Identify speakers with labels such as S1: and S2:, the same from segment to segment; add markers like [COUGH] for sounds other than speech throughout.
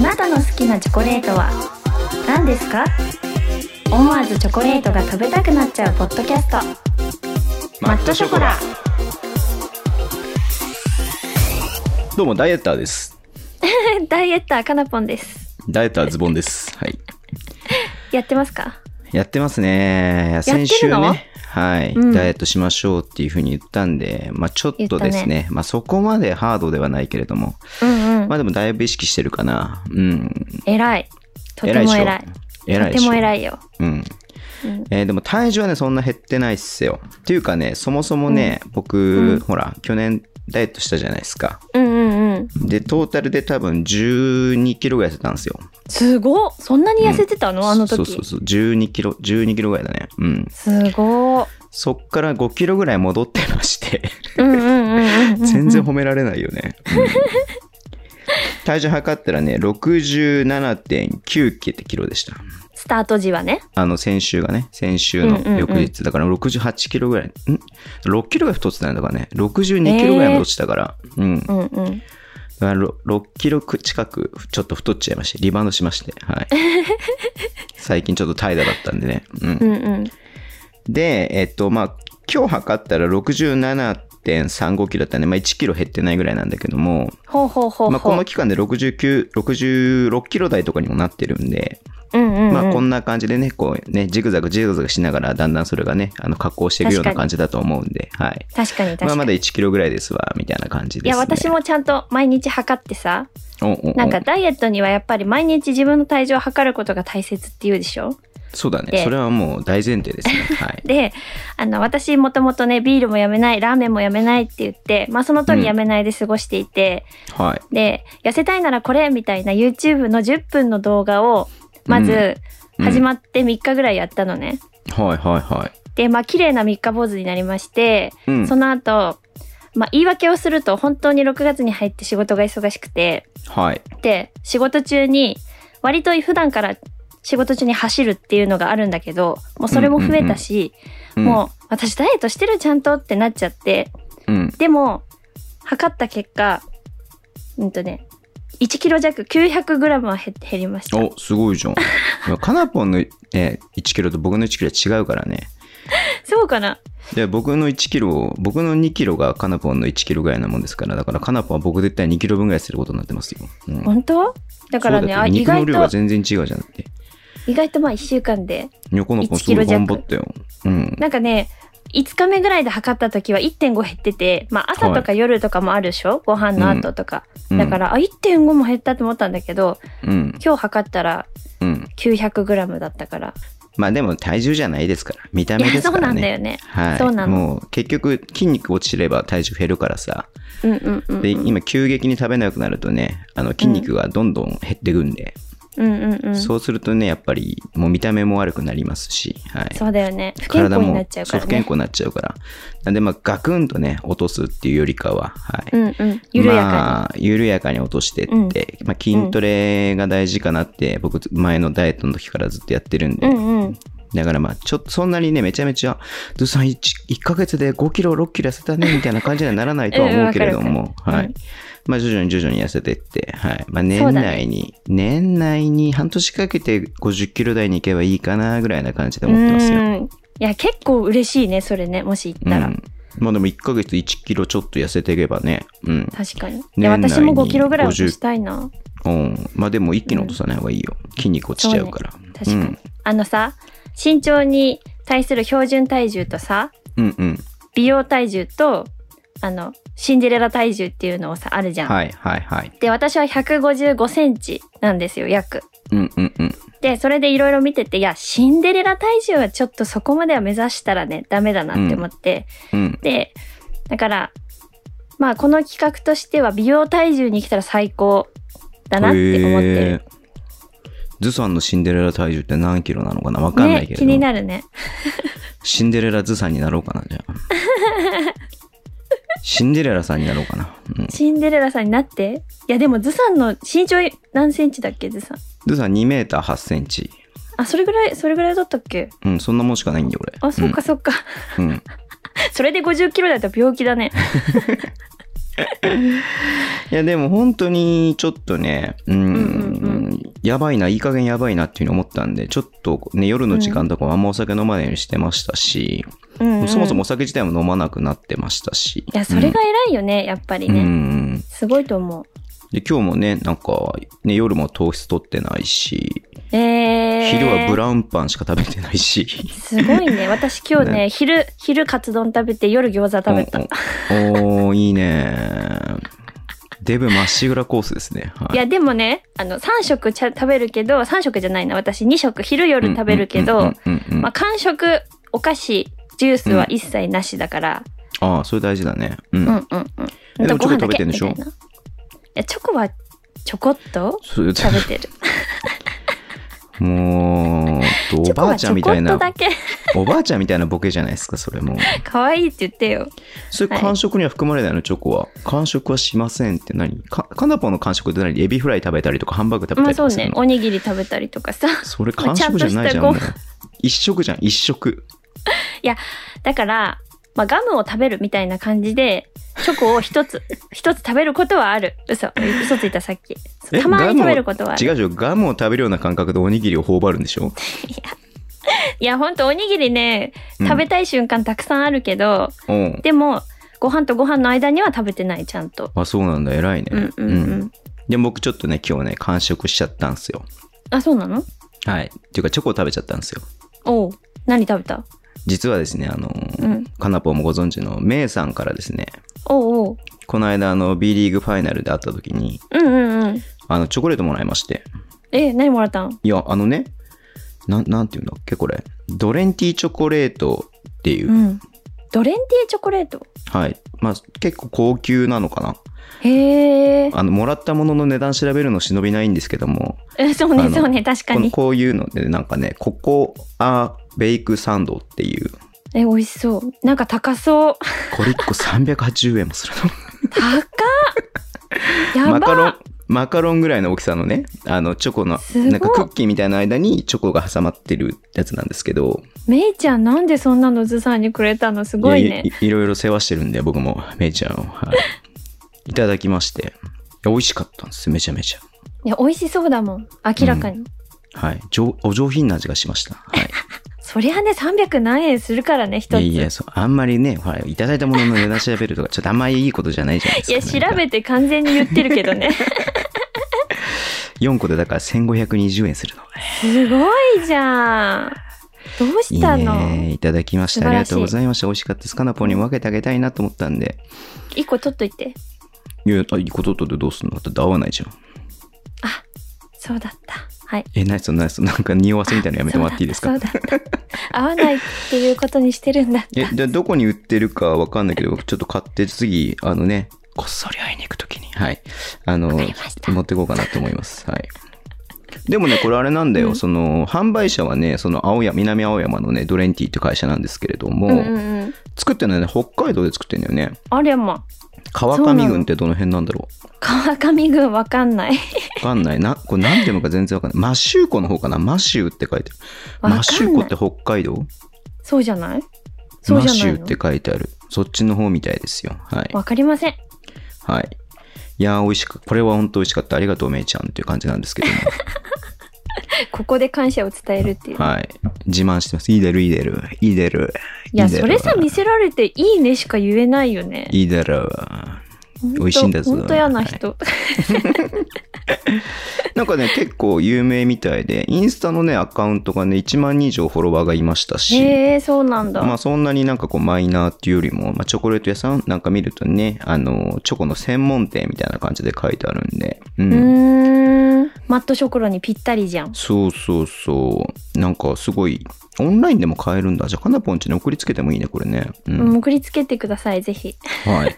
S1: なたの好きなチョコレートは何ですか思わずチョコレートが食べたくなっちゃうポッドキャストマットショコラ
S2: どうもダイエッターです
S1: [LAUGHS] ダイエッターかなぽんです
S2: ダイエッターズボンですはい
S1: やってますか
S2: やってますね
S1: てるの
S2: 先週ねはい、
S1: うん
S2: ダイエットしましょうっていうふうに言ったんで、まあちょっとです
S1: 言っ
S2: ね
S1: た
S2: まあそこまでハードではないけれども、
S1: うんうん
S2: まあでもだいぶ意識してるかな。うん。
S1: 偉いとて
S2: 偉いで
S1: も
S2: しょ。
S1: 偉い
S2: 偉
S1: と
S2: いで
S1: て
S2: しょ。
S1: も偉いよ
S2: うん。
S1: うん
S2: えーでも体重はね、そんな減ってないっすよ。っていうかね、そもそもね、僕、
S1: うん
S2: ほら、去年ダイエットしたじゃないですか。
S1: うんうんうん
S2: で、トータルで多分12キロぐらい痩せたんですよ。
S1: すごっそんなに痩せてたの、あの時
S2: そうそうそう、12キロ、12キロぐらいだね。うん。
S1: すごっ
S2: そっから5キロぐらい戻ってまして、
S1: うんうんうんうんうん
S2: 全然褒められないよね。うん体重測ったらね、67.9キロでした。
S1: スタート時はね
S2: あの、先週がね、先週の翌
S1: うんうんう
S2: 日、だから68キロぐらい、ん ?6 キロが太ってたんだからね、62キロぐらいまで落ちたから、うん。だ
S1: うんうん
S2: からろ 6, キロく近く、ちょっと太っちゃいまして、リバウンドしまして、
S1: [LAUGHS]
S2: はい。最近ちょっと怠惰だったんでね。うん
S1: う。んうん
S2: で、えっと、まあ、今日測ったら67.35キロだったね。まあ、1キロ減ってないぐらいなんだけども、
S1: ほうほうほうほう、
S2: まあ、この期間で69、66キロ台とかにもなってるんで、
S1: うんうんうん、
S2: まあこんな感じでね、こうね、ジグザグジグザグしながら、だんだんそれがね、あの、加工していくような
S1: 確か
S2: 感じだと思うんで、はい。
S1: 確かに確かに、
S2: まあまだ1キロぐらいですわ、みたいな感じ
S1: い
S2: です、
S1: や
S2: ね。
S1: 私もちゃんと毎日測ってさ
S2: おおお
S1: なんかダイエットにはやっぱり毎日自分の体重を測ることが大切って言うでしょ
S2: そうだね。
S1: で
S2: それはもう大前提ですね。
S1: [LAUGHS]
S2: はい。
S1: であの私もともとねビールもやめないラーメンもやめないって言って、まあ、その通りやめないで過ごしていて、
S2: はい。
S1: で痩せたいならこれみたいな YouTube の10分の動画をまず
S2: うん
S1: 始まって3日ぐらいやったのね。
S2: はいはいは
S1: でまあ綺麗な3日坊主になりまして、
S2: い。うん。
S1: その後、まあ、言い訳をすると本当に6月に入って仕事が忙しくて。
S2: はい。
S1: って仕事中に割と普段から仕事中に走るっていうのがあるんだけどもうそれも増えたし、
S2: うん
S1: もう私ダイエットしてるちゃんとってなっちゃって
S2: うん。
S1: でも測った結果うんとね1キロ弱 900g は減減りました
S2: お、すご
S1: [LAUGHS]
S2: いじゃん。いやかなぽんの、ね、1キロと僕の1キロは違うからね。
S1: そうかな
S2: で、僕の1キロ、僕の2キロがかなぽんの1キロぐらいなもんですから、だからかなぽんは僕絶対2キロ分ぐらいすることになってますよ。うん。
S1: 本当だからね
S2: そ
S1: あ
S2: うだって
S1: 意
S2: 肉の
S1: 外
S2: 量が
S1: と
S2: 全然違うじゃなくて。
S1: 意外とまあ1週間で
S2: 横の子
S1: 1
S2: す
S1: キ
S2: ご
S1: ロ
S2: い
S1: 弱
S2: 頑張ったよ。うん。
S1: なんかね5日目ぐらいで測った時は1.5減ってて、まあ、朝とか夜とかもあるでしょ、ご飯の後とか、
S2: うん
S1: だから、あ1.5も減ったと思ったんだけど
S2: うん。
S1: 今日測ったら
S2: うん。
S1: 900g だったから
S2: まあでも体重じゃないですから。見た
S1: い
S2: 目で
S1: や
S2: す
S1: そう
S2: か
S1: な
S2: ら
S1: んだ
S2: ね。
S1: よね
S2: はい。
S1: そうなの
S2: もう結局筋肉落ちれば体重減るからさ。
S1: うんうんうんうん
S2: で、今急激に食べなくなるとね、あの筋肉がどんどん減ってくんで、
S1: うんうんうんそ。
S2: そうするとね、やっぱりもう見た目も悪くなりますし、はいう
S1: だよね不健
S2: 体
S1: 康に
S2: も
S1: なっちゃう
S2: そ
S1: か
S2: う
S1: ら
S2: 不健
S1: ね
S2: 康になっちゃうから。なんでまあガクンとね、落とすっていうよりかは、はい。
S1: うんうん緩やか
S2: まあ、緩やかに落としてって、
S1: うん
S2: まあ、筋トレが大事かなって、僕、前のダイエットの時からずっとやってるん
S1: に
S2: で、
S1: うんうん
S2: だからまあ、ちょっとそんなにね、めちゃめちゃ、ずさん1、1ヶ月で5キロ、6キロ痩せたね、みたいな感じにはならないとは思うけれど
S1: うんわ
S2: も、
S1: るわかる
S2: は
S1: うん
S2: い。まあ、徐々に徐々に痩せてって、はい。まあ、年
S1: そうだ
S2: 内に、年内に半年かけて50キロ台に行けばいいかな、ぐらいな感じで思ってますよ。
S1: うんいや結構嬉しいねそれねもし行ったら、
S2: うんまあでも1ヶ月1キロちょっと痩せていけばね、うん。
S1: 確かにいや
S2: 年内に
S1: 私も5キロぐらい落としたいな
S2: うん。まあでも一気に落とさない方がいいよ。筋肉落ちちゃうから。
S1: 確かに、
S2: うん
S1: あのさ身長に対する標準体重とさ
S2: うんうん。
S1: 美容体重とあのシンデレラ体重っていうのをさあるじゃん、
S2: はいはいはい。
S1: で私は155センチなんですよ約
S2: うんうんうん。
S1: でそれでいろいろ見てていやシンデレラ体重はちょっとそこまでは目指したらねダメだなって思って、
S2: うん。
S1: でだからまあこの企画としては美容体重に来たら最高だなって思って
S2: へ
S1: る
S2: ー。ズさんのシンデレラ体重って何キロなのかなわかんな
S1: ね、
S2: いけれど、
S1: 気になるね
S2: シンデレラズさんになろうかな、じゃ
S1: [LAUGHS]
S2: あ。シンデレラさんになろうかな。うん、
S1: シンデレラさんになっていやでもズさんの身長何センチだっけズさん
S2: ズさん2メーター8センチ。
S1: あそれぐらいそれぐらいだったっけ
S2: うん、そんなもんしかないんで、俺。
S1: あそっかそっか、 [LAUGHS]
S2: うん。うん
S1: それで50キロだったら病気だね
S2: いやでも本当にちょっとね、うん
S1: うんうん
S2: やばいな、いい加減やばいなっていうふうに思ったんで、ちょっとね、夜の時間とかもあんまお酒飲まないようにしてましたし、
S1: うんうん
S2: そもそもお酒自体も飲まなくなってましたし。
S1: いやそれが偉いよね、やっぱり
S2: うん、
S1: ね、
S2: うん
S1: すごいと思う
S2: で、今日もね、なんか、ね、夜も糖質取ってないし、
S1: えー、
S2: 昼はブラウンパンしか食べてないし。
S1: すごい
S2: [LAUGHS]
S1: ね私今日ね
S2: ね
S1: 昼昼カツ丼食べて夜餃子 [LAUGHS] 食べた、
S2: うんうんおー、いいね。デブまっしぐらコースですね。はい
S1: やでもねあの3食ちゃ食べるけど3食じゃないな私2食昼夜食べるけど、
S2: うんうんうんうん
S1: まあ、間食お菓子ジュースは一切なしだから、
S2: ああ、それ大事だね。うん。
S1: うん、うんうん
S2: えでも
S1: ほんと
S2: チョコ食べてんでしょ
S1: みたいないやチョコはちょこっと
S2: それ
S1: 食べてる
S2: もう、
S1: チ
S2: お
S1: ョコ
S2: ばあ
S1: は
S2: ち
S1: ち
S2: ゃんみ
S1: ょこ
S2: たい
S1: っと
S2: な、
S1: だけ
S2: おばあちゃんみたいなボケじゃないですか、それもう。
S1: 可愛いって言ってよ
S2: それ、
S1: はい
S2: 完食には含まれないの、チョコは。完食はしませんって何か、かなぽんの完食って何エビフライ食べたりとか、ハンバーグ食
S1: ま
S2: べた
S1: あ
S2: りと
S1: そう
S2: かする
S1: ね
S2: の、
S1: おにぎり食べたりとかさ
S2: それ完食じゃないじゃん、
S1: まあ
S2: もう
S1: ちゃんとしたご飯。
S2: 一食じゃん、一食。
S1: だから、まあ、ガムを食べるみたいな感じでチョコを一
S2: [LAUGHS]
S1: つ一つ食べることはある嘘嘘ついたさっき [LAUGHS]
S2: え
S1: たまに食べる
S2: ガムを
S1: ことはあ
S2: 違
S1: る
S2: う違う、ガムを食べるような感覚でおにぎりを頬張るんでしょ
S1: いやほんとおにぎりね
S2: うん
S1: 食べたい瞬間たくさんあるけど、
S2: うん。
S1: でもご飯とご飯の間には食べてないちゃんと
S2: あ、そうなんだ、偉いね。
S1: うんうんうん、
S2: で、僕ちょっとね、今日ね、完食しちゃったんですよ。
S1: あそうなの
S2: はい。っていうか、チョコを食べちゃったんですよ。
S1: おう何食べた
S2: 実はですね、あのー、
S1: うん
S2: かなぽんもご存知のメイさんからですね、
S1: おうおう
S2: この間あの B リーグファイナルで会った時に、
S1: うんうんうん
S2: あの、チョコレートもらいまして。
S1: え何もらったん
S2: いや、あのね、なん、なんていうんだっけ、これ。ドレンティチョコレートっていう、
S1: うんドレンティーチョコレート
S2: はい。まあ、結構高級なのかな。
S1: へー
S2: あの、もらったものの値段調べるの忍びないんですけども、
S1: えそう
S2: あ
S1: ね
S2: の
S1: そうね確か
S2: この
S1: に
S2: こういうので、なんかね、ココアベイクサンドっていう、
S1: え美味しそうなんか高そう
S2: これ1個380円もするの。
S1: 高
S2: [LAUGHS]
S1: っや
S2: マカロ
S1: ば
S2: ン、マカロンぐらいの大きさのね、あの、チョコの、
S1: すごい
S2: なんかクッキーみたいな間にチョコが挟まってるやつなんですけど、
S1: めいちゃんなんでそんなのずさんにくれたのすごいね
S2: いやいいろいろ世話してるんで、僕も、めいちゃんを、はい。いただきまして、いや美味しかったんですよ、めちゃめちゃ。
S1: いや美味しそうだもん明らかに、
S2: はい。上お上品な味がしました。はい。
S1: そりゃね300何円するからね一
S2: いや
S1: つ
S2: いや、そう、あんまりね、ほら、いただいたものの値段調べるとか、ちょっとあんまりいいことじゃないじゃないです
S1: い
S2: か。
S1: や調べて完全に言ってるけどね
S2: 4個でだから1520円するの。
S1: すごいじゃんどう
S2: い
S1: し
S2: い
S1: たの
S2: ね。いただきました。
S1: 素晴
S2: あり
S1: ら
S2: が
S1: しい
S2: とうございました。美味しかったです。かなぽんにも分けてあげたいなと思ったんで。
S1: 一個取っといて
S2: いや、あいいこととってどうすんのだって合わないじゃん。
S1: そうだったはい
S2: え、ナイスナイス。なんか匂わせみたいなのやめてもらっていいです
S1: そ
S2: か
S1: うだったそうだった合わないっていうことにしてるんだ
S2: え、じゃあどこに売ってるかわかんないけど、僕ちょっと買って、次、あのね、こっそり会いに行くときに、はい。あの、
S1: わかりました
S2: 持ってこうかなと思います。はい。でもね、これあれなんだ
S1: う
S2: よ。
S1: ん
S2: その、販売者はね、その、青山、南青山のね、ドレンティって会社なんですけれども、
S1: うんうんうん
S2: 作ってるのはね、北海道で作ってるんだよね。
S1: あれも
S2: 川
S1: そうな
S2: 上
S1: の
S2: 郡ってどの辺なんだろう
S1: 川上軍わかんない
S2: わかんないな。これ何ていうのか全然わかんない。マシュー湖の方かなマシューって書いてある。
S1: わかんない
S2: マシュー湖って北海道
S1: そうじゃないそう
S2: マ
S1: じゃな
S2: シュ
S1: い
S2: ー
S1: の
S2: って書いてある。そっちの方みたいですよ。はい。
S1: わかりません
S2: はい。いやー、美味しかこれは本当美味しかった。ありがとう、めいちゃんっていう感じなんですけど
S1: [LAUGHS]
S2: も。
S1: ここで感謝を伝えるっていう。
S2: はい。自慢してます。いい出る、いい出る、いい出る。
S1: いや、
S2: 出る
S1: それさ、見せられていいねしか言えないよね。
S2: いい出る。
S1: 本当
S2: 美味しいんだぞ
S1: 本当嫌な人。
S2: なんかね、結構有名みたいで、インスタのね、アカウントがね、1万人以上フォロワーがいましたし、
S1: へえ、そうなんだ。
S2: まあそんなになんかこうマイナーっていうよりも、まあ、チョコレート屋さんなんか見るとね、あの、チョコの専門店みたいな感じで書いてあるんで、う。
S1: うんーん。マットショコラにぴったりじゃん。
S2: そうそうそう。なんかすごい、オンラインでも買えるんだ。じゃあ、かなぽんちに送りつけてもいいね、これね。うん。
S1: うん、送りつけてください、ぜひ。
S2: はい。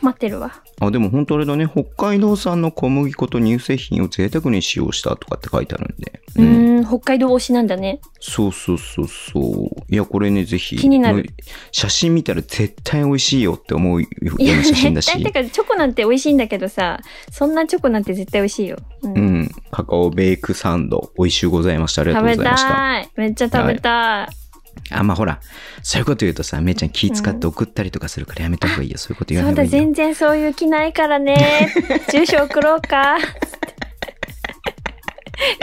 S1: 待ってるわ。
S2: あ、でも本当あれだね。北海道産の小麦粉と乳製品を贅沢に使用したとかって書いてあるんで。
S1: うーん、北海道推しなんだね。
S2: そうそうそうそう。いや、これね、ぜひ。
S1: 気になる
S2: もう写真見たら絶対美味しいよって思うよう
S1: いや、
S2: な写真だ
S1: 絶
S2: し。
S1: 対、てか、チョコなんて美味しいんだけどさ、そんなチョコなんて絶対美味しいよ。う。
S2: うんん。カカオベイクサンド、美味しゅうございました。ありがと
S1: 食
S2: うご
S1: べ
S2: ざいました。
S1: たい。めっちゃ食べたい。
S2: あ、まあほら、そういうこと言うとさ、めいちゃん気使って送ったりとかするからやめた方がいいよ。そういうこと言わ
S1: そ
S2: な
S1: う
S2: い方が
S1: だ、
S2: いい
S1: 全
S2: よ。
S1: 然
S2: [LAUGHS]
S1: そういう気ないからね。住所送ろうか。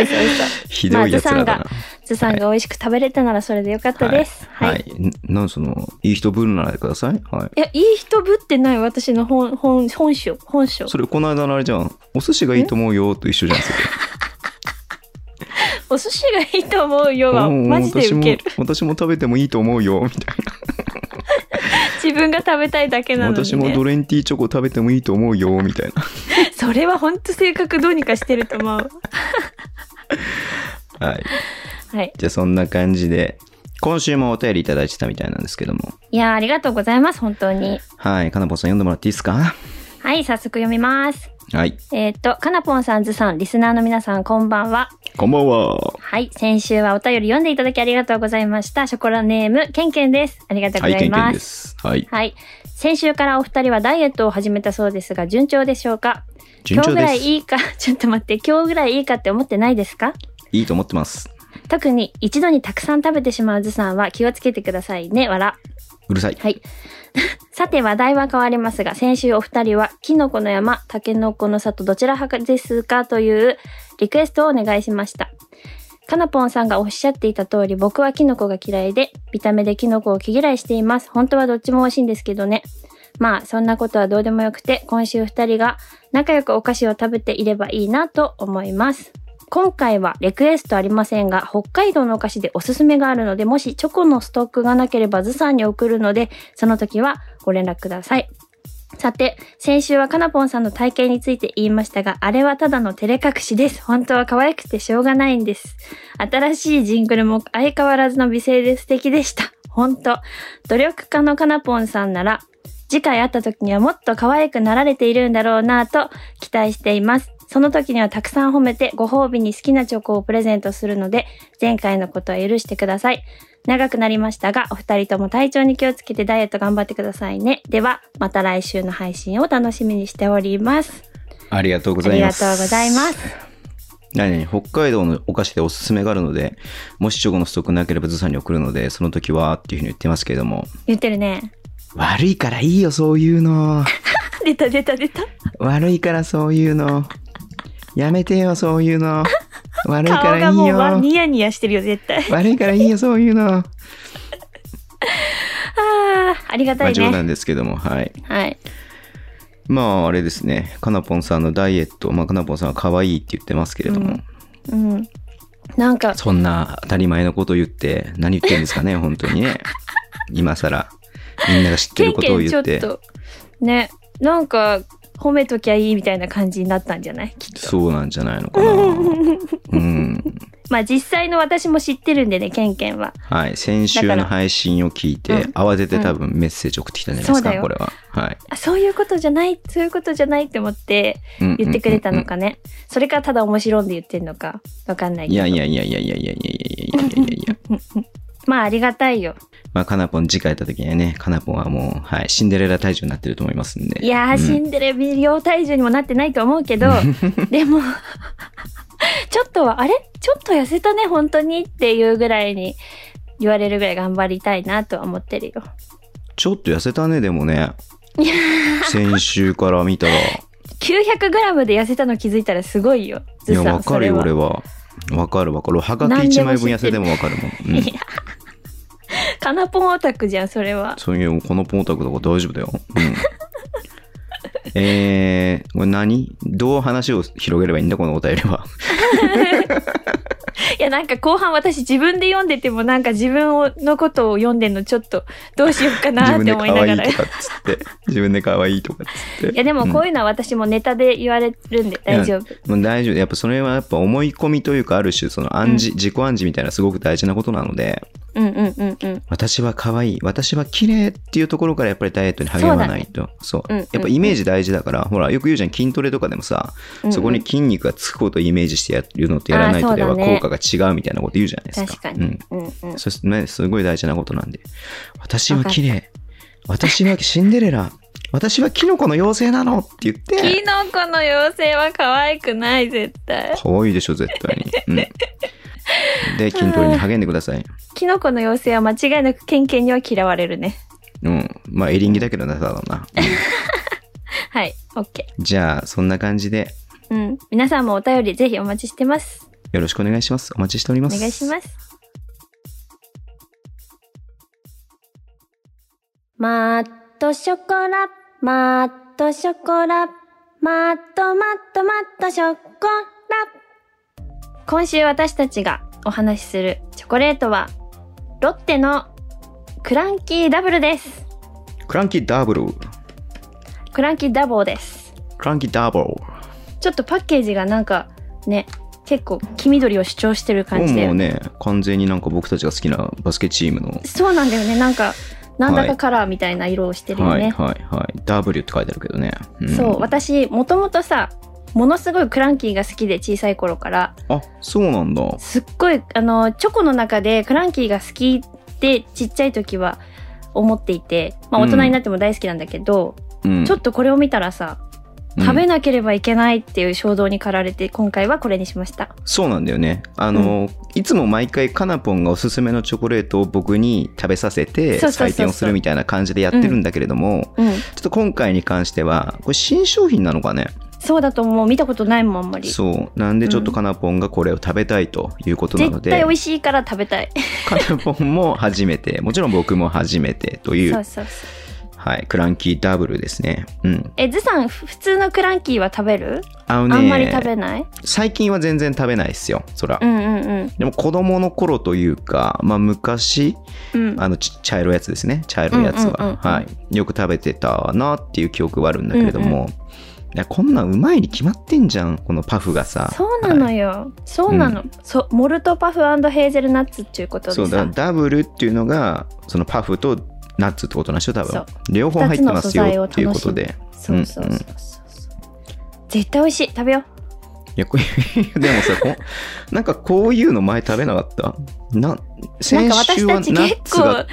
S1: 嘘嘘。
S2: ひどいやつらだな。
S1: ずさんが美味しく食べれたならそれでよかったです。はい。
S2: はい。んなんその、いい人ぶるならください。は
S1: い
S2: い。
S1: や、いい人ぶってない私の本、本、本性、本性。
S2: それ、この間のあれじゃん。お寿司がいいと思うよと一緒じゃ
S1: [LAUGHS]
S2: ん、それ。
S1: お寿司がいいと思うよは、
S2: うん
S1: マジでウケる。
S2: 私も、 [LAUGHS] 私も食べてもいいと思うよ、みたい
S1: 自分が食べたいだけ
S2: な。
S1: なの
S2: 私
S1: に、
S2: も
S1: ね
S2: ド。レンティーチョコ食べてもいいと思うよ、みたいな。
S1: それは本当性格どうにかしてると思う。
S2: [LAUGHS] はい。
S1: はい。
S2: じゃあ、そんな感じで、今週もお便りいただいてたみたいなんですけども。
S1: いやー、ありがとうございます、本当に。
S2: はい。かなぽんさん読んでもらっていいですか
S1: はい、早速読みます。
S2: はい。
S1: えーっと、かなぽんさん、ずさん、リスナーの皆さん、こんばんは。
S2: こんばんは。
S1: はい、先週はお便り読んでいただきありがとうございました。ショコラネーム、けんけんです。ありがとうご
S2: はい、
S1: ざ
S2: け
S1: い
S2: んけん
S1: ま。
S2: ですす。はい。
S1: はい。先週からお二人はダイエットを始めたそうですが、順調でしょうか
S2: 順調
S1: 今日ぐ
S2: で
S1: らい
S2: す。い
S1: いいか、 [LAUGHS] ちょっと待って、今日ぐらいいいかって思ってないですか
S2: いと思ってます。
S1: 特に一度にたくさん食べてしまうずさんは気をつけてくださいね、わら。
S2: うるさい。
S1: はい。 [LAUGHS] さて話題は変わりますが、先週お二人は、キノコの山、タケノコの里、どちら派ですかというリクエストをお願いしました。かなぽんさんがおっしゃっていた通り、僕はキノコが嫌いで、見た目でキノコを毛嫌いしています。本当はどっちも美味しいんですけどね。まあ、そんなことはどうでもよくて、今週二人が仲良くお菓子を食べていればいいなと思います。今回はレクエストありませんが、北海道のお菓子でおすすめがあるので、もしチョコのストックがなければズさんに送るので、その時はご連絡ください。さて、先週はかなぽんさんの体型について言いましたが、あれはただの照れ隠しです。本当は可愛くてしょうがないんです。新しいジングルも相変わらずの美声で素敵でした。本当努力家のかなぽんさんなら、次回会った時にはもっと可愛くなられているんだろうなぁと期待しています。その時にはたくさん褒めてご褒美に好きなチョコをプレゼントするので、前回のことは許してください。長くなりましたが、お二人とも体調に気をつけてダイエット頑張ってくださいね。では、また来週の配信を楽しみにしております。
S2: ありがとうご
S1: あ
S2: ざ
S1: り
S2: い
S1: が
S2: ます。
S1: とうございます。。
S2: 何々北海道のお菓子でおすすめがあるので、もしチョコのストックなければずさんに送るので、その時はっていうふうに言ってますけれども、
S1: 言ってるね。
S2: 悪いからいいよ、そうい
S1: [LAUGHS]
S2: うの。
S1: 出た出た出た。
S2: 悪いからそういうの。やめてよ、そういうの。悪いか
S1: 顔
S2: ら
S1: が
S2: いい
S1: もうわ
S2: よ。
S1: ニヤニヤしてるよ、絶対。
S2: 悪いからいいよ、そういうの。
S1: ああ、ありが
S2: ま
S1: た
S2: あ
S1: い
S2: 冗
S1: ね。
S2: 談ですけども、はい。
S1: はい。
S2: まああれですね、かなぽんさんのダイエット、まあかなぽんさんは可愛いって言ってますけれども、
S1: うんうん。なんか、
S2: そんな当たり前のことを言って、何言ってるんですかね、本当にね。今更、みんなが知って
S1: ケ
S2: る
S1: ン
S2: ことを
S1: ケンち
S2: 言
S1: ょ
S2: っ。
S1: ってと、ね、なんか、褒めときゃいいみたいな感じになったんじゃないきっと。
S2: そうなんじゃないのかな。うん。
S1: まあ実際の私も知ってるんでね、ケンケンは。
S2: はい。先週の配信を聞いて、
S1: だ
S2: 慌てて多分メッセージ送ってきたんじゃないです
S1: そうだ
S2: か、
S1: よ
S2: これは。はい。
S1: あ、そういうことじゃない、そういうことじゃないって思って言ってくれたのかね。それかただ面白んで言ってんのか、わかんない
S2: うんうんうん。
S1: けど。
S2: いやいやいやいやいやいやいやいやいやいやいや。
S1: まあありがたいよ。
S2: まあ、かなぽん次回やった時にはね、かなぽんはもう、はい、シンデレラ体重になってると思いますんで。
S1: いやー、
S2: うん
S1: シンデレビ量体重にもなってないと思うけど、 [LAUGHS] でも、ちょっとは、あれちょっと痩せたね、本当にっていうぐらいに言われるぐらい頑張りたいなとは思ってるよ。
S2: ちょっと痩せたね、でもね。先週から見たら。い
S1: 900g で痩せたの気づいたらすごいよ。ず
S2: や、
S1: さん
S2: わかるよ、
S1: それ
S2: 俺
S1: は
S2: は。わかるわかる。はがき1枚分痩せてもわかるもん。うん
S1: いやかなぽんオタクじゃん、それは。
S2: そういう、このポンタクとか大丈夫だ
S1: [LAUGHS]
S2: よ。うん。えー、これ何どう話を広げればいいんだ、このお便りは。
S1: いや、なんか後半私自分で読んでてもなんか自分をのことを読んでんのちょっとどうしようか
S2: 自
S1: なって
S2: 分で
S1: 思
S2: 可
S1: いなが
S2: 愛い
S1: ら。
S2: と
S1: い
S2: かっつって。自分で可愛いとかっつって。
S1: や、でもこういうのは私もネタで言われるんで大丈夫。
S2: もう大丈夫。やっぱそれはやっぱ思い込みというかある種、その暗示、自己暗示みたいなすごく大事なことなので、
S1: うんうんうんうん。
S2: 私は可愛い、私は綺麗っていうところからやっぱりダイエットに励まないと。そう,、
S1: うんうんうん
S2: やっぱイメージ大事だから、ほら、よく言うじゃん、筋トレとかでもさ、
S1: うん
S2: そこに筋肉がつくことをイメージしてやるのとやらないとで
S1: あ
S2: は
S1: ーそうだね
S2: 効果が違うみたいなこと言うじゃないですか。
S1: 確か
S2: うん
S1: に。うんうん。
S2: そしてね、すごい大事なことなんで。私は綺麗。私はシンデレラ。私はキノコの妖精なのって言って
S1: キ、ノコの妖精は可愛くない、絶対。
S2: 可愛いでしょ、絶対に。うん。で、筋トレに励んでください。
S1: キノコの妖精は間違いなくケンケンには嫌われるね。
S2: うん。まあ、エリンギだけどな、ただのな。
S1: はい、オッケ
S2: じゃあ、そんな感じで、
S1: ー。うん。皆さんもお便りぜひお待ちしてます。
S2: よろしくお願いします。お待ちしており
S1: お
S2: ます。
S1: 願いします。マットショコラ、マットショコラ、マットマットマットショコラ。今週私たちがお話しするチョコレートは、ロッテのクランキーダブルです。
S2: クランキーダブル。
S1: クランキーダボーです。
S2: クランキーダブル。
S1: ちょっとパッケージがなんかね、結構黄緑を主張してる感じで。
S2: もうね、完全になんか僕たちが好きなバスケチームの。
S1: そうなんだよね。なんか、なんだかカラーみたいな色をしてるよね。
S2: はいはいはい。W って書いてあるけどね。ん
S1: そう私もともとさものすごいクランキーが好きで小さい頃から
S2: あ、そうなんだ。
S1: すっごいあのチョコの中でクランキーが好きってちっちゃい時は思っていて、まあ、
S2: う
S1: 大
S2: ん
S1: 人になっても大好きなんだけど、
S2: うん。
S1: ちょっとこれを見たらさ
S2: うん
S1: 食べなければいけないっていう衝動に駆られて今回はこれにしました
S2: そうなんだよね。あの、いつも毎回カナポンがおすすめのチョコレートを僕に食べさせて
S1: そうそうそうそう
S2: 採点をするみたいな感じでやってるんだけれども、
S1: うん
S2: ちょっと今回に関しては、これ新商品なのかね
S1: そうだと思う見たことないもんあんまり
S2: そう。なんでちょっとカナポンがこれを食べたいということなの
S1: 絶
S2: で、
S1: 対美味しいから食べたい
S2: カナポンも初めて、もちろん僕も初めてとい
S1: [LAUGHS] そう
S2: う、
S1: そうそう
S2: はい、クランキーダブルですね。うん。
S1: えずさんふ普通のクランキーは食べる
S2: あのね、
S1: あんまり食べない
S2: 最近は全然食べないですよ、そら。
S1: うんうん
S2: でも子供の頃というか、まあ昔、
S1: うんうん
S2: あのち茶色いやつですね茶色いやつは、
S1: うんうんうんうん
S2: はい、よく食べてたなっていう記憶はあるんだけれども、いやこんなんうまいに決まってんじゃんこのパフがさ
S1: そうなのよ、そうなの、そモルトパフヘーゼルナッツっていうこと
S2: そ
S1: で
S2: うだ
S1: さ
S2: ダブルっていうのがそのパフとナッツってことなんでしょ多
S1: そ
S2: 分
S1: う
S2: 両方入ってますよっていうことで
S1: そう
S2: うん
S1: そうそうそうそう絶対美味しい食べよう
S2: いやこ [LAUGHS] でもさこなんかこういうの前食べなかったな
S1: なん
S2: 先
S1: か私
S2: 週は
S1: た
S2: ナ
S1: ち
S2: ッ
S1: 結
S2: ツが
S1: 構、
S2: ナ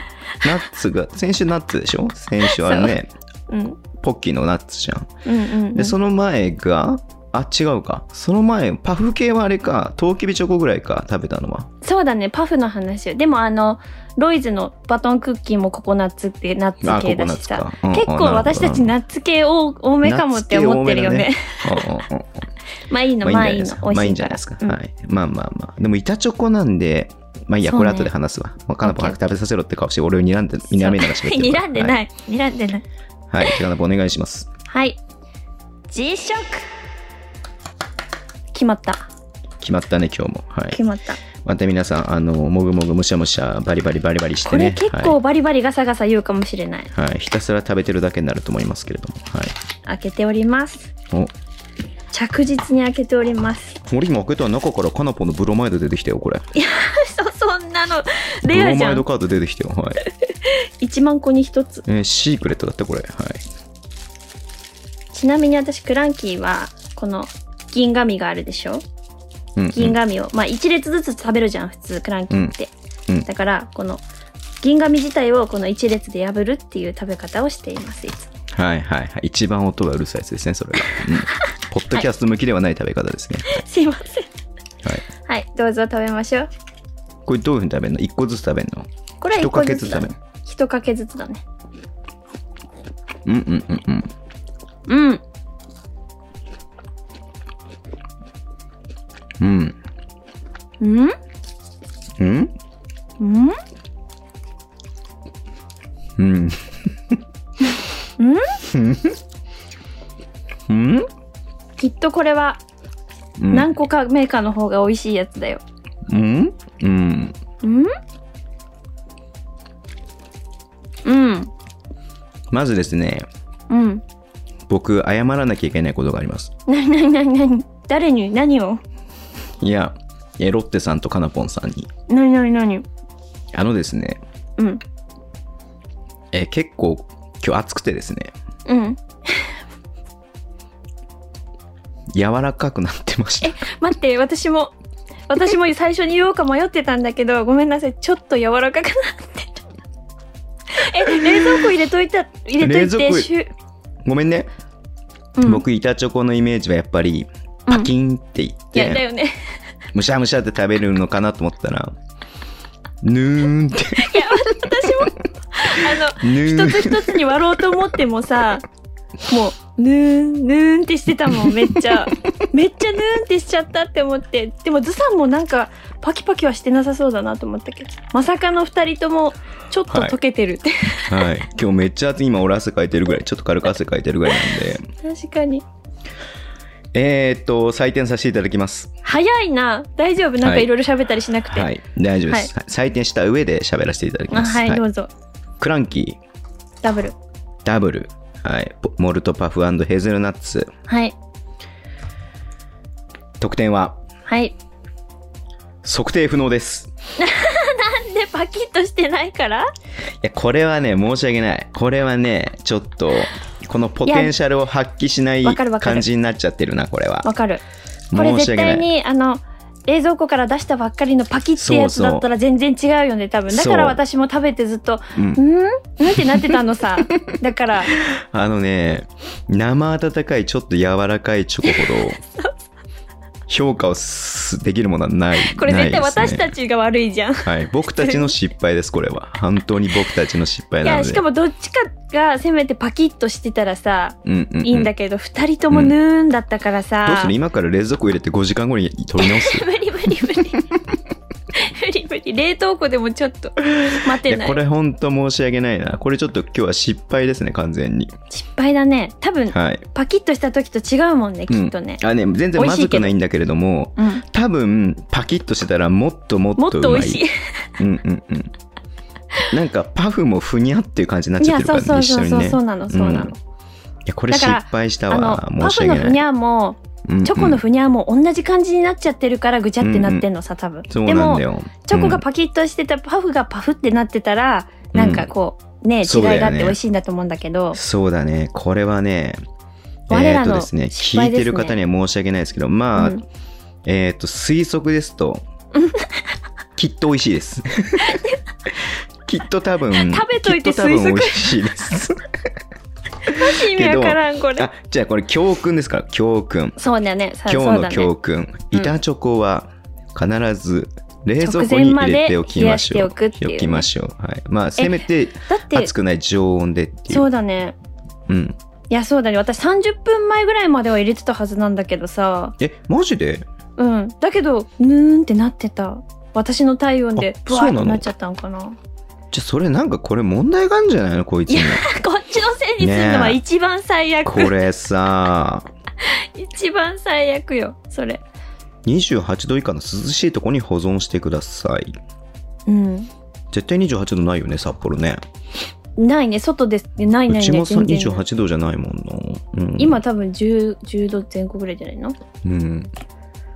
S2: ッツが先週ナッツでしょ先週はね
S1: うん、うん
S2: ポッキーのナッツじゃん
S1: うんうん
S2: で、その前が、あ、違うか。その前、パフ系はあれか、トウキビチョコぐらいか、食べたのは。
S1: そうだねパフの話よでもあのロイズのバトンクッキーもココナッツってナッ
S2: あ、
S1: ツ系
S2: コ
S1: だ
S2: コナッ
S1: し
S2: ツ
S1: さ
S2: か。うん
S1: 結構私たち。ナッツ系多多めかもって思ってるよね
S2: なるほどなるほどうんうんうん
S1: まあいいの
S2: ま
S1: ま
S2: あ
S1: あ
S2: いい
S1: い
S2: ん
S1: い
S2: じゃないですか。
S1: の
S2: まあいい
S1: 美味しいから
S2: んじゃないですか。はい。まあまあまあ。でも、板チョコなんで、まあいいや、
S1: そう
S2: こ
S1: ね
S2: れ後で話すわ。まあ、カナポン
S1: オッケー
S2: 早く食べさせろって顔して、俺を睨んで、睨みながら喋ってるから。
S1: 睨んで
S2: は
S1: [LAUGHS]
S2: い。
S1: ない睨んでない
S2: はい。じゃあカナポンお願いします。
S1: はい。G ショック決まった。
S2: 決まったね、今日も。はい
S1: 決。まった。
S2: また皆さん、あの、もぐもぐむしゃむしゃ、バリバリバリバリして
S1: これ
S2: ね。
S1: 結
S2: は
S1: 構バリバリガサガサ言うかもしれない。
S2: い。はい。ひたすら食べてるだけになると思いますけれども。はい。
S1: 開けております。
S2: お
S1: 着実に開けております。
S2: 俺今開けたら中からカナポンのブロマイド出てきたよこれ
S1: 嘘、 [LAUGHS] そんなの。
S2: ブ
S1: レア
S2: ロ
S1: じゃ
S2: マイ
S1: ん
S2: ド。カード出てきたよはい、
S1: 1万個に1つ。
S2: えーシークレットだってこれはい
S1: ちなみに私、クランキーは、この、銀紙があるでしょ
S2: うんうん
S1: 銀紙を、まあ1列ずつ食べるじゃん、普通、クランキーって。
S2: うんうん
S1: だから、この、銀紙自体をこの1列で破るっていう食べ方をしています、いつも。
S2: はいはいはい一番音がうるさいやつですねそれは、うん、ポッドキャスト向きではない食べ方ですね
S1: [LAUGHS] すいません。
S2: はい
S1: はい、どうぞ食べましょう。
S2: これどういうふうに食べるの一個ずつ食べるの
S1: これは
S2: 一
S1: 1
S2: か
S1: 個
S2: け
S1: ずつ
S2: ずつ
S1: だ
S2: 食べ
S1: ね
S2: る。
S1: 一かけずつだね。
S2: うんうんうんうん
S1: うん。う
S2: うん
S1: ん
S2: うん
S1: うん
S2: うんうん
S1: きっとこれは
S2: うん
S1: 何個かメーカーの方が美味しいやつだよ。
S2: うんうん
S1: うんうん。
S2: まずですね
S1: うん。
S2: 僕謝らなきゃいけないことがあります
S1: なになになになに誰に何を
S2: いやえーロッテさんとカナポンさんに
S1: なになになに
S2: あのですね
S1: うん。
S2: えー結構今日暑くてですね
S1: うん。
S2: 柔らかくなってました
S1: 待って、私も、私も最初に言おうか迷ってたんだけど、ごめんなさい。ちょっと柔らかくなってる。え、冷蔵庫入れといた、入れとい
S2: 冷蔵庫
S1: て、しゅ
S2: ごめんね、
S1: うん、
S2: 僕板チョコのイメージはやっぱりパキンっていっ
S1: いや、だ
S2: て、
S1: よね。 [LAUGHS]
S2: むしゃむしゃって食べるのかなと思ったらぬーんって
S1: [LAUGHS] いや、私も、あの、
S2: ぬー
S1: 一
S2: ん
S1: つ一つに割ろうと思ってもさ、もう、ぬーん、ぬーんってしてたもん、めっちゃ。めっちゃヌーンってしちゃったって思ってでもずさんもなんかパキパキはしてなさそうだなと思ったけどまさかの2人ともちょっと溶けてるって、 [LAUGHS]
S2: はい。今日めっちゃ暑い。今俺汗かいてるぐらい。ちょっと軽く汗かいてるぐらいなんで。
S1: 確かに
S2: えー、っと、採点させていただきます。
S1: 早いな大丈夫なんかいろいろ喋ったりしなくて、
S2: はい。大丈夫です。はい採点した上で喋らせていただき
S1: あ
S2: ます。
S1: はい、どうぞ
S2: クランキー、
S1: ダブル
S2: ダブル、はい、ポモルトパフヘゼルナッツ。
S1: はい
S2: 得点は
S1: はい
S2: 測定不能です。
S1: でパキッとしてないから
S2: いや、これはね、申し訳ない。これはね、ちょっと、このポテンシャルを発揮しない
S1: いやわかるわかる
S2: 感じになっちゃってるな、これは。
S1: わかるこれ
S2: 申
S1: 絶
S2: し訳な
S1: 対
S2: い。
S1: にあの冷蔵庫から出したばっかりのパキってやつだったら全然違うよね多分だから
S2: そう
S1: 私も食べてずっと
S2: う、
S1: 「うんん?」うんってなってたの
S2: [LAUGHS]
S1: さだから
S2: あのね、生温かい、ちょっと柔らかいチョコほど、
S1: [LAUGHS]
S2: 評価をすできるものはない。
S1: これ絶対
S2: ないです
S1: 私
S2: ね
S1: たちが悪いじゃん。
S2: はい、僕たちの失敗です、これは。本当に僕たちの失敗
S1: い
S2: なの
S1: や
S2: で。
S1: しかもどっちかがせめてパキッとしてたらさ
S2: うんうんうん、
S1: いいんだけど、二人ともヌーンだったからさ、
S2: どうする今から冷蔵庫入れて5時間後に
S1: [LAUGHS]
S2: 取り直す
S1: 無理無理無理無理無理冷凍庫でもちょっと待
S2: い
S1: てな
S2: や
S1: い
S2: これ本当申し訳ないなこれちょっと今日は失敗ですね完全に
S1: 失敗だね多分
S2: はい、
S1: パキッとした時と違うもんねきっとね、
S2: うん、あね全然まずくないんだけれども
S1: うん
S2: 多分パキッとしてたらもっともっ
S1: も
S2: と
S1: っ
S2: うま
S1: と
S2: い
S1: 美味しい
S2: うんうんうんなんかパフもふにゃっていう感じになっ
S1: い
S2: ちゃっ
S1: や
S2: てるか
S1: そう
S2: らね
S1: そう
S2: 一
S1: そ
S2: 緒
S1: う
S2: に
S1: そうそ
S2: ね
S1: うなのそうなの、
S2: うんいやこれ
S1: だ
S2: 失
S1: から
S2: 敗した
S1: あ
S2: わ
S1: のパ
S2: 申し
S1: フの
S2: 訳
S1: ふ
S2: な
S1: に
S2: い
S1: ゃも
S2: うんうん
S1: チョコのふにゃも同じ感じになっちゃってるからぐちゃってなってんのさ多分、
S2: そう
S1: で
S2: なん
S1: も
S2: だよ
S1: チョコがパキッとしてたパフがパフってなってたら、なんかこうね違
S2: そう
S1: い
S2: だよね
S1: があって美味しいんだと思うんだけど
S2: そうだね、これはね、
S1: 我らの
S2: えーとですね、
S1: 失敗
S2: 聞い
S1: ですね
S2: てる方には申し訳ないですけど、まあ、
S1: うん
S2: えっ、と、推測で
S1: [LAUGHS]
S2: すと、きっと美味しいです。きっと多分、
S1: 食べといて
S2: きっ多分
S1: 推測
S2: 美味しいです。
S1: 意味わからんこれ
S2: あ、じゃあこれ教訓ですから、教訓。
S1: そうだよねさ
S2: 今
S1: そうだ
S2: 日の
S1: ね
S2: 教訓、
S1: うん
S2: 板チョコは必ず冷蔵庫
S1: 直前
S2: に
S1: ま
S2: 入
S1: で
S2: れておきましょう。
S1: 冷やしておくっていうね
S2: おきましょう。はい。まあ、せめて
S1: だって
S2: 熱くない常温でっていう。
S1: そうだね
S2: うん。
S1: いやそうだね私30分前ぐらいまでは入れてたはずなんだけどさ
S2: え、マジで
S1: うんだけどヌーンってなってた私の体温で
S2: あ
S1: ブワー
S2: そう
S1: っ
S2: な
S1: て
S2: の
S1: なっちゃったんかな [LAUGHS] こ
S2: じゃあそれなんかこれ問題があるんじゃないのこいつに。
S1: っちのせいにするのは
S2: ねえ
S1: 一番最悪、
S2: これさ、
S1: 一番最悪よそれ
S2: 28度以下の涼しいとこに保存してください。
S1: うん
S2: 絶対28度ないよね、札幌ね。
S1: ないね外ですねないうない
S2: ち
S1: ない
S2: もさ
S1: 全然ない
S2: 28度じゃないもんな。うん、
S1: 今、多分 10, 10度前後ぐらいじゃないの
S2: うん。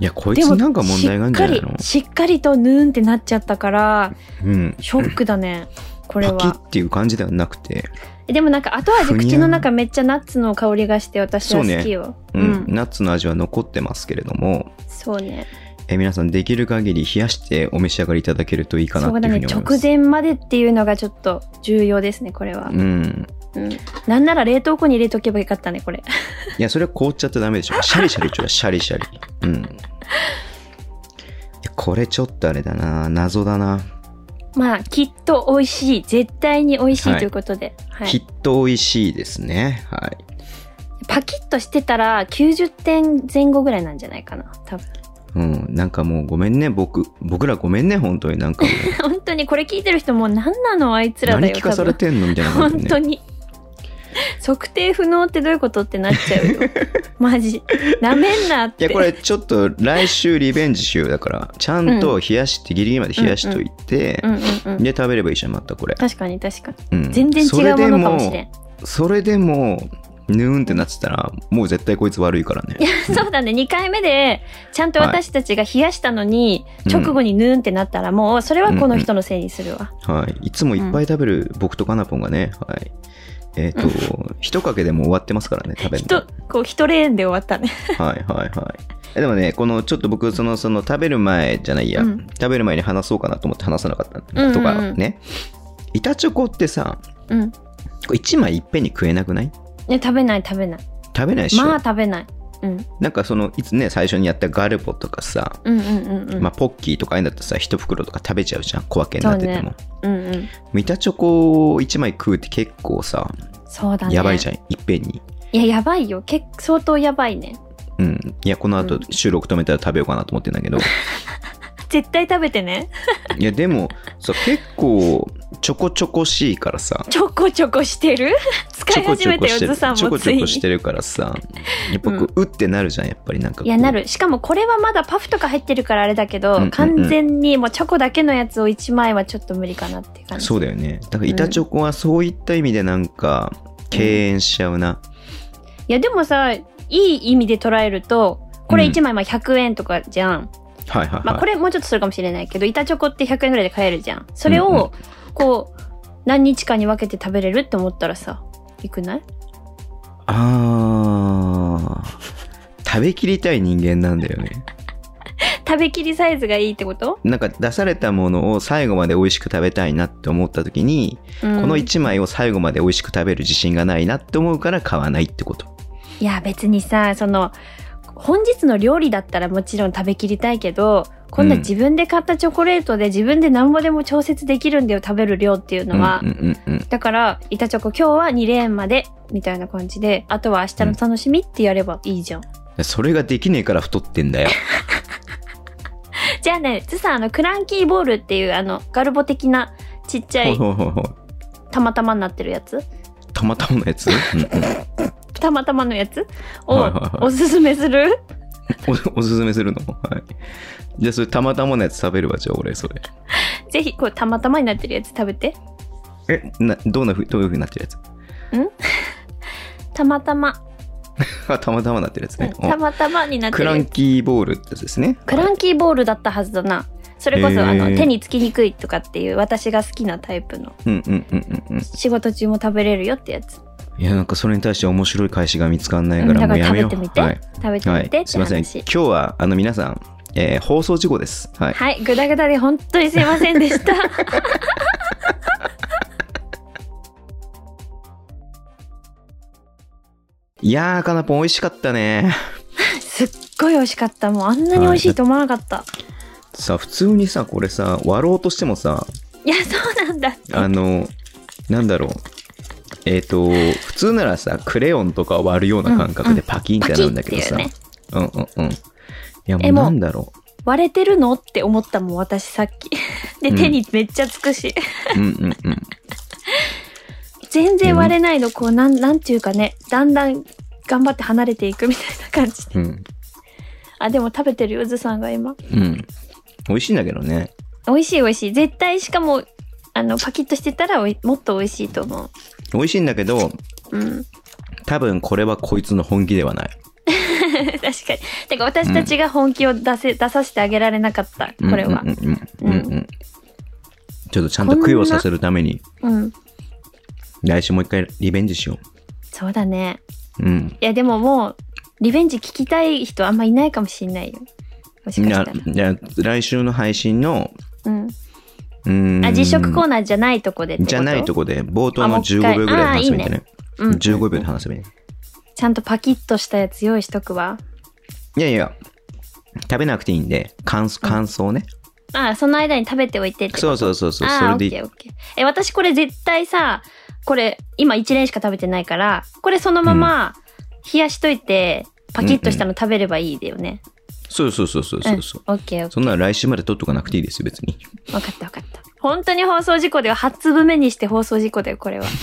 S2: いや、こい
S1: で
S2: つ
S1: も
S2: なんか問題があるんじゃないの
S1: しっかりしっかりとヌーンってなっちゃったから
S2: うん。
S1: ショックだねこれ
S2: パキ
S1: は
S2: っていう感じではなくて、
S1: でもなんか後味
S2: ふにゃ
S1: 口の中めっちゃナッツの香りがして私は好きよ
S2: う、
S1: うんん
S2: ナッツの味は残ってますけれども、
S1: そうね
S2: え皆さんできる限り冷やしてお召し上がりいただけるといいかな
S1: そう
S2: っ
S1: だ
S2: ていうふう
S1: ね
S2: に思います。
S1: 直前までっていうのがちょっと重要ですねこれは、
S2: うん。
S1: うんなんなら冷凍庫に入れとけばよかったねこれ [LAUGHS]
S2: いや、それは凍っちゃってダメでしょ。シャリシャリちょうだいシャリシャリ。うん。いやこれちょっとあれだな。謎だな。
S1: まあきっと美味しい絶対に美味しい
S2: はい
S1: ということで、はい
S2: きっと美味しいですね。はい。
S1: パキッとしてたら90点前後ぐらいなんじゃないかな多分 [LAUGHS]
S2: うん。なんかもうごめんね。僕、僕らごめんね。本当になんかも
S1: [LAUGHS]
S2: う。
S1: 本当にこれ聞いてる人もう何なのあいつらだ
S2: 何
S1: よ
S2: 聞かされてんのみたいな
S1: 多分
S2: 感
S1: 本
S2: じ
S1: 当
S2: でね。 [LAUGHS]
S1: に測定不能ってどういうことってなっちゃうよマジなめんなっ
S2: い
S1: て
S2: や、これちょっと来週リベンジしよう。だから、ちゃんと冷やして、ギリギリまで冷やしといて、
S1: うんうんうん
S2: で、食べればいいじゃん、またこれ。
S1: 確かに確かに
S2: うん
S1: 全然違うものかもしれん [LAUGHS]
S2: それでも、それでも、ぬーんってなってたら、もう絶対こいつ悪いからね。
S1: そうだね2回目でちゃんと私たちが冷やしたのに、
S2: はい
S1: 直後にヌーンってなったらもうそれはこの人のせいにするわ、
S2: はい。いつもいっぱい食べる僕とかなぽんがね、はい。えっ、と、一かけでもう終わってますからね、食べる
S1: ひと
S2: の。
S1: こう一レーンで終わったね
S2: はいはいはい。えでもね、このちょっと僕、その、その食べる前じゃないや、
S1: うん
S2: 食べる前に話そうかなと思って話さなかった
S1: うんうんうん
S2: とかね。板チョコってさ、
S1: うん、ね、
S2: これ一枚いっぺんに食えなくない
S1: 食べない食べない
S2: 食べないでしょ、
S1: まあ食べない、うん、
S2: なんかその、いつね、最初にやったガルボとかさ、
S1: うんうんうんうん
S2: まあ、ポッキーとかああいうのだったらさ、一袋とか食べちゃうじゃん、小分けになってて
S1: そう
S2: も。
S1: うんうん
S2: 板チョコを一枚食うって結構さ、
S1: そうだね
S2: やばいじ
S1: ゃん
S2: ゃん、いっぺんに。
S1: いややばいよ結相当やばいね
S2: うん。いや、この後収録止めたら食べようかなと思ってんだけど。
S1: 絶対食べてね。
S2: いや、でも、そう、結構、ちょこちょこしいからさ。
S1: ちょこちょこしてる使
S2: ちょ
S1: い
S2: こ
S1: 始
S2: ちょ
S1: め
S2: こ
S1: たよ、
S2: して
S1: ず
S2: る。
S1: さん
S2: ちょ
S1: も
S2: こ
S1: つ
S2: ち
S1: い
S2: ょ
S1: に。
S2: こしてるからさ。やっぱこう、うってなるじゃん、やっぱりなんかこう。
S1: いや、なる。しかもこれはまだパフとか入ってるからあれだけど、
S2: うんうんうん
S1: 完全にもうチョコだけのやつを1枚はちょっと無理かなって感じ。
S2: そうだよね。だから、板チョコはそういった意味でなんか、敬遠しちゃうな。
S1: いや、でもさ、いい意味で捉えると、これ1枚まあ100円とかじゃん。
S2: はいはいはい。
S1: まあこれもうちょっとするかもしれないけど、板チョコって100円ぐらいで買えるじゃん。それ
S2: うんう
S1: を、こう、何日かに分けて食べれるって思ったらさ、いくない
S2: あー食べきりたい人間なんだよね
S1: 食べきりサイズがいいってこと、
S2: なんか出されたものを最後まで美味しく食べたいなって思った時に、
S1: うん
S2: この1枚を最後まで美味しく食べる自信がないなって思うから買わないってこと
S1: いや別にさその本日の料理だったらもちろん食べきりたいけどこんな
S2: うん
S1: 自分で買ったチョコレートで自分で何ぼでも調節できるんだよ食べる量っていうのは、
S2: うんうんうんうん
S1: だから板チョコ今日は2レーンまでみたいな感じであとは明日の楽しみってやればいいじゃん、
S2: それができねえから太ってんだよ
S1: じゃあねずさんあのクランキーボールっていうあのガルボ的なちっちゃ
S2: ほい
S1: い
S2: ほいほいほい
S1: たまたまになってるやつ
S2: たまたまのやつ、うんうん
S1: たまたまのやつを、
S2: はいはいはい
S1: おすすめする [LAUGHS]
S2: おおすすめするのはいじゃあそれたまたまのやつ食べるわじゃあ俺それ
S1: ぜひこうたまたまになってるやつ食べて
S2: えなどんなふうどういうふうになってるやつ
S1: たまたま、
S2: あたまたまなってるやつね、
S1: たまたまにな
S2: お
S1: って
S2: ク
S1: る
S2: ラ
S1: やつ
S2: ンキーボールってやつですね
S1: クランキーボールだったはずだな。それこそ、
S2: へー
S1: あの手につきにくいとかっていう私が好きなタイプの
S2: うんうんうんうんうん
S1: 仕事中も食べれるよってやつ
S2: いやなんかそれに対して面白い返しが見つかんない
S1: う
S2: か
S1: んだ
S2: らも
S1: から
S2: うや
S1: 食
S2: め
S1: べ
S2: よう。
S1: てみて、
S2: はい。
S1: 食べて
S2: は
S1: み
S2: い
S1: てっ、
S2: す
S1: て
S2: いません。今
S1: 話
S2: 日はあの皆さん、えー放送事故です。はい。
S1: はいグダグダで本当にすいませんでした
S2: [LAUGHS] いやーかなぽん美味しかったね。
S1: すっごい美味しかったもうあんなに美味しいと思わなかった、
S2: さ普通にさこれさ割ろうとしてもさ
S1: い、やそうなんだって
S2: あのなんだろう。えっ、と普通ならさクレヨンとかを割るような感覚でパキンってなるんだけどさ。
S1: う
S2: うんん
S1: うん
S2: うんうん。いやも
S1: え
S2: う
S1: もう
S2: なんだろ
S1: 割れてるのって思ったもん私さっきで
S2: うん
S1: 手にめっちゃつくし、
S2: う。うんうんうん。
S1: 全然割れないのこうなんなんていうかねだんだん頑張って離れていくみたいな感じで
S2: うん
S1: あでも食べてるよずさんが今
S2: うん。美味しいんだけどね。
S1: 美味しい美味しい絶対しかもあのパキッとしてたらおいもっと美味しいと思う
S2: 美味しいんだけど
S1: うん、
S2: 多分これはこいつの本気ではない。
S1: [LAUGHS] 確かに。てか私たちが本気を出せ、出させてあげられなかった、これは
S2: うん。うんうんうんうんうんちょっとちゃんと供養させるために
S1: うん、
S2: 来週もう一回リベンジしよ
S1: そうだね。
S2: ううん
S1: いや、でももう、リベンジ聞きたい人あんまいないかもしんないよ。もしか
S2: じ
S1: した
S2: ゃ
S1: ら。
S2: 来週の配信の
S1: うん。
S2: うーん
S1: あ、実食コーナーじゃないとこでってこと
S2: じゃないとこで冒頭
S1: あもう
S2: の
S1: 一
S2: 15
S1: 回
S2: 秒ぐらい話せばいいんだね
S1: うんうん
S2: 15秒で話せばいいね
S1: ちゃんとパキッとしたやつ用意しとくわ。
S2: いやいや食べなくていいんで感想感想ね
S1: あ、その間に食べておいてってこと
S2: そうそうそうそうそ
S1: あー
S2: れでい
S1: オッケー
S2: い
S1: オッケーえ私これ絶対さこれ今1年しか食べてないからこれそのまま冷やしといて、パキッとしたの食べればいいだよね、
S2: そうそうそうそうそうそう
S1: うんオッケーオッケ
S2: そんなの来週まで取っとかなくていいですよ別に
S1: ー分かった分かった本当に放送事故では8粒目にして放送事故だよこれは
S2: [LAUGHS]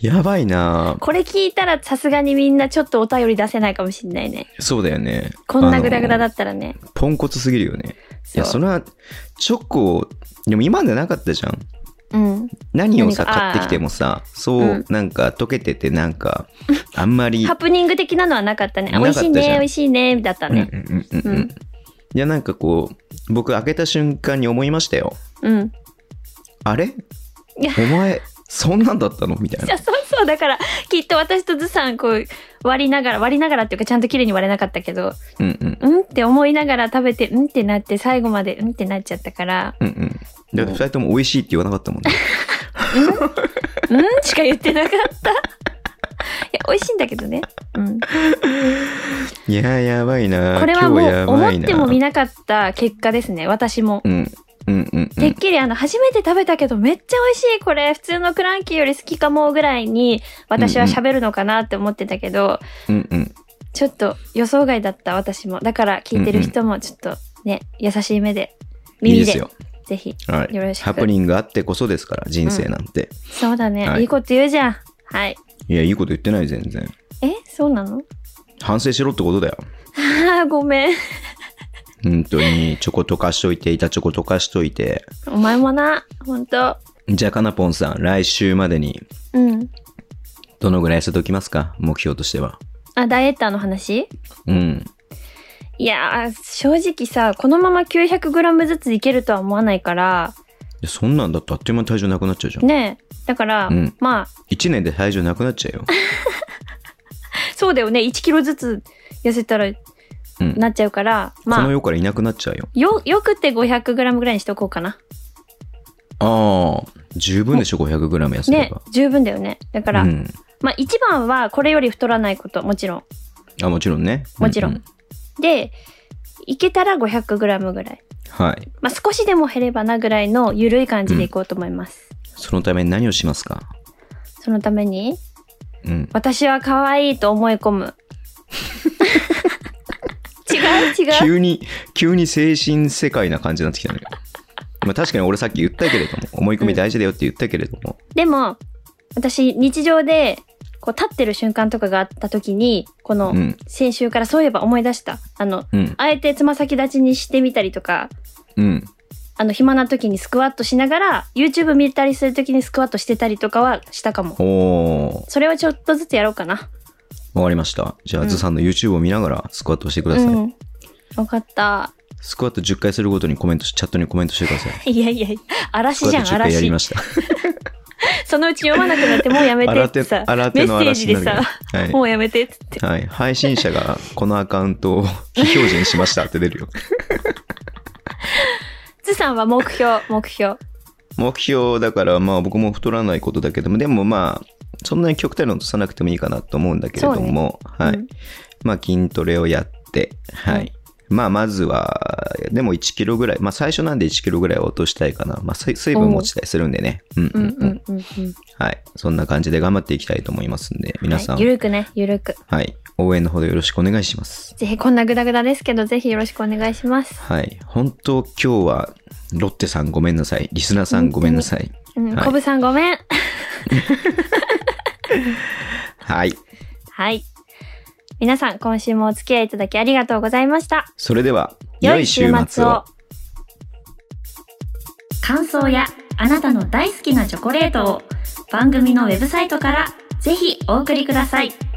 S2: やばいな
S1: これ聞いたらさすがにみんなちょっとお便り出せないかもしんないね
S2: そうだよね
S1: こんなグダグダだ
S2: あの
S1: ったらね
S2: ポンコツすぎるよねいや、
S1: そう
S2: それは、チョコ、でも今までなかったじゃん。
S1: うん
S2: 何をさ、
S1: 何があー
S2: 買ってきてもさ、そう、
S1: うん
S2: なんか、溶けてて、なんか、あんま
S1: [LAUGHS]
S2: り、
S1: ハプニング的なのはなかったねあ
S2: なか
S1: 美
S2: っ
S1: 味
S2: た
S1: しい
S2: じゃん
S1: ね美味しいねだった
S2: うんう
S1: ね
S2: んうんう
S1: うん
S2: ん。いや、なんかこう、僕、開けた瞬間に思いましたよ。
S1: うん、
S2: あれ
S1: いや
S2: お前、そんなんだったのみたい
S1: いや
S2: な。
S1: そうそうだからきっと私とずさんこう割りながら割りながらっていうかちゃんと綺麗に割れなかったけど
S2: うんうん。
S1: うんって思いながら食べてうんってなって最後までうんってなっちゃったから
S2: うんうん。で、二人とも美味しいって言わなかっ
S1: [LAUGHS]
S2: たもんね。
S1: うんしか言ってなかった。いや美味しいんだけどね、うん、こ
S2: いや、やばいな
S1: れはも
S2: 今日
S1: う
S2: やばいな
S1: 思ってもみなかった結果ですね私も
S2: うん。うんうんう
S1: てっ
S2: ん。
S1: きりあの、初めて食べたけどめっちゃ美味しいこれ普通のクランキーより好きかもぐらいに私は喋るのかなって思ってたけど、
S2: うんうん。
S1: ちょっと予想外だった私も。だから聞いてる人もちょっとね、優しい目で、
S2: いい
S1: 耳
S2: で
S1: です
S2: よ。
S1: ぜひ。
S2: はい。
S1: よろしく
S2: ハプニングあってこそですから、人生なんて。
S1: そうだね、、
S2: はいい
S1: いこと言うじゃん。はい。
S2: いや、いいこと言ってない、全然。
S1: えそうなの
S2: 反省しろってことだよ。
S1: ああ、ごめん。
S2: 本当に、チョコ溶かしといて、板チョコ溶かしといて。
S1: お前もな、ほんと。
S2: じゃあ、かなぽんさん、来週までに、
S1: うん。
S2: どのぐらい捨てときますか目標としては。
S1: あ、ダイエッターの話
S2: うん。
S1: いやー、正直さ、このまま 900g ずついけるとは思わないから、
S2: いやそんなんだとあっという間に体重なくなっちゃうじゃん。
S1: ねえ。だから、
S2: うん
S1: まあ、
S2: 1年で体重なくなっちゃうよ。
S1: そうだよね、1キロずつ痩せたら
S2: うん。
S1: なっちゃうから、
S2: こ
S1: ま
S2: の
S1: あ、
S2: 世からいなくなっちゃうよ。
S1: よ、よくて 500g ぐらいにしとこうかな。
S2: ああ、十分でしょ、500g 痩せれ
S1: ね
S2: ば。
S1: 十分だよね。だから、
S2: うん。
S1: まあ一番はこれより太らないこと、もちろん。
S2: あ、もちろんね。
S1: もちろん
S2: うう
S1: で、いけたら 500g ぐらい。
S2: はい。
S1: まあ少しでも減ればなぐらいの緩い感じでいこうと思います。
S2: そのために何をしますか
S1: そのために、
S2: うん。
S1: 私は可愛いと思い込
S2: [LAUGHS]
S1: む。違う違う。
S2: 急に、急に精神世界な感じになってき
S1: [LAUGHS]
S2: たんだけど。まあ確かに俺さっき言ったけれども、思い込み大事だよって言ったけれども。
S1: でも、私日常でこう立ってる瞬間とかがあった時に、この
S2: うん。
S1: 先週からそういえば思い出した。あの、
S2: うん。
S1: あえてつま先立ちにしてみたりとか、
S2: うん。
S1: あの、暇な時にスクワットしながら、YouTube 見たりする時にスクワットしてたりとかはしたかも。
S2: お
S1: それをちょっとずつやろうかな。
S2: ー、わかりました。じゃあ、
S1: うん
S2: ズさんの YouTube を見ながらスクワットをしてくだ
S1: う
S2: さい。
S1: ん。わかった。
S2: スクワット10回するごとにコメントし、チャットにコメントしてください。
S1: いやいやいや、
S2: ス
S1: 嵐
S2: ク
S1: じゃ
S2: ワ
S1: ん、
S2: ット10回やり
S1: 嵐
S2: ま。した。
S1: そのうち読まなくなって、もうやめて
S2: 新
S1: って
S2: 手、
S1: さ、
S2: 新
S1: メ
S2: 手の
S1: ッセージ
S2: 嵐
S1: で
S2: になるよ
S1: さ、
S2: はい。
S1: もうやめてっつって。
S2: はい。配信者がこのアカウントを [LAUGHS] 非表示にしましたって出るよ。
S1: つさんは目標、目標。
S2: 目標だから、まあ僕も太らないことだけども、でもまあ、そんなに極端なことさなくてもいいかなと思うんだけれども、はい。
S1: うん
S2: まあ筋トレをやって、はい。まあまずは、でも1キロぐらい、まあ最初なんで1キロぐらいは落としたいかな。まあ水水分も落ちたりするんでね。うんう
S1: うんん
S2: う。
S1: うんんうんうん。
S2: はい。そんな感じで頑張っていきたいと思いますんで、皆さん、
S1: はいゆるくね、ゆるく。
S2: はい。応援のほどよろしくお願いします。
S1: ぜひ、こんなグダグダですけど、ぜひよろしくお願いします。
S2: はい。本当今日は、ロッテさんごめんなさい。リスナーさんごめんなさい。
S1: うん、
S2: はい
S1: コブさんごめん。
S2: はい。
S1: はい。皆さん、今週もお付き合いいただきありがとうございました。
S2: それでは、
S1: 良
S2: 良
S1: い
S2: い
S1: 週
S2: 週
S1: 末
S2: 末
S1: を
S2: を。
S1: 感想やあなたの大好きなチョコレートを番組のウェブサイトからぜひお送りください。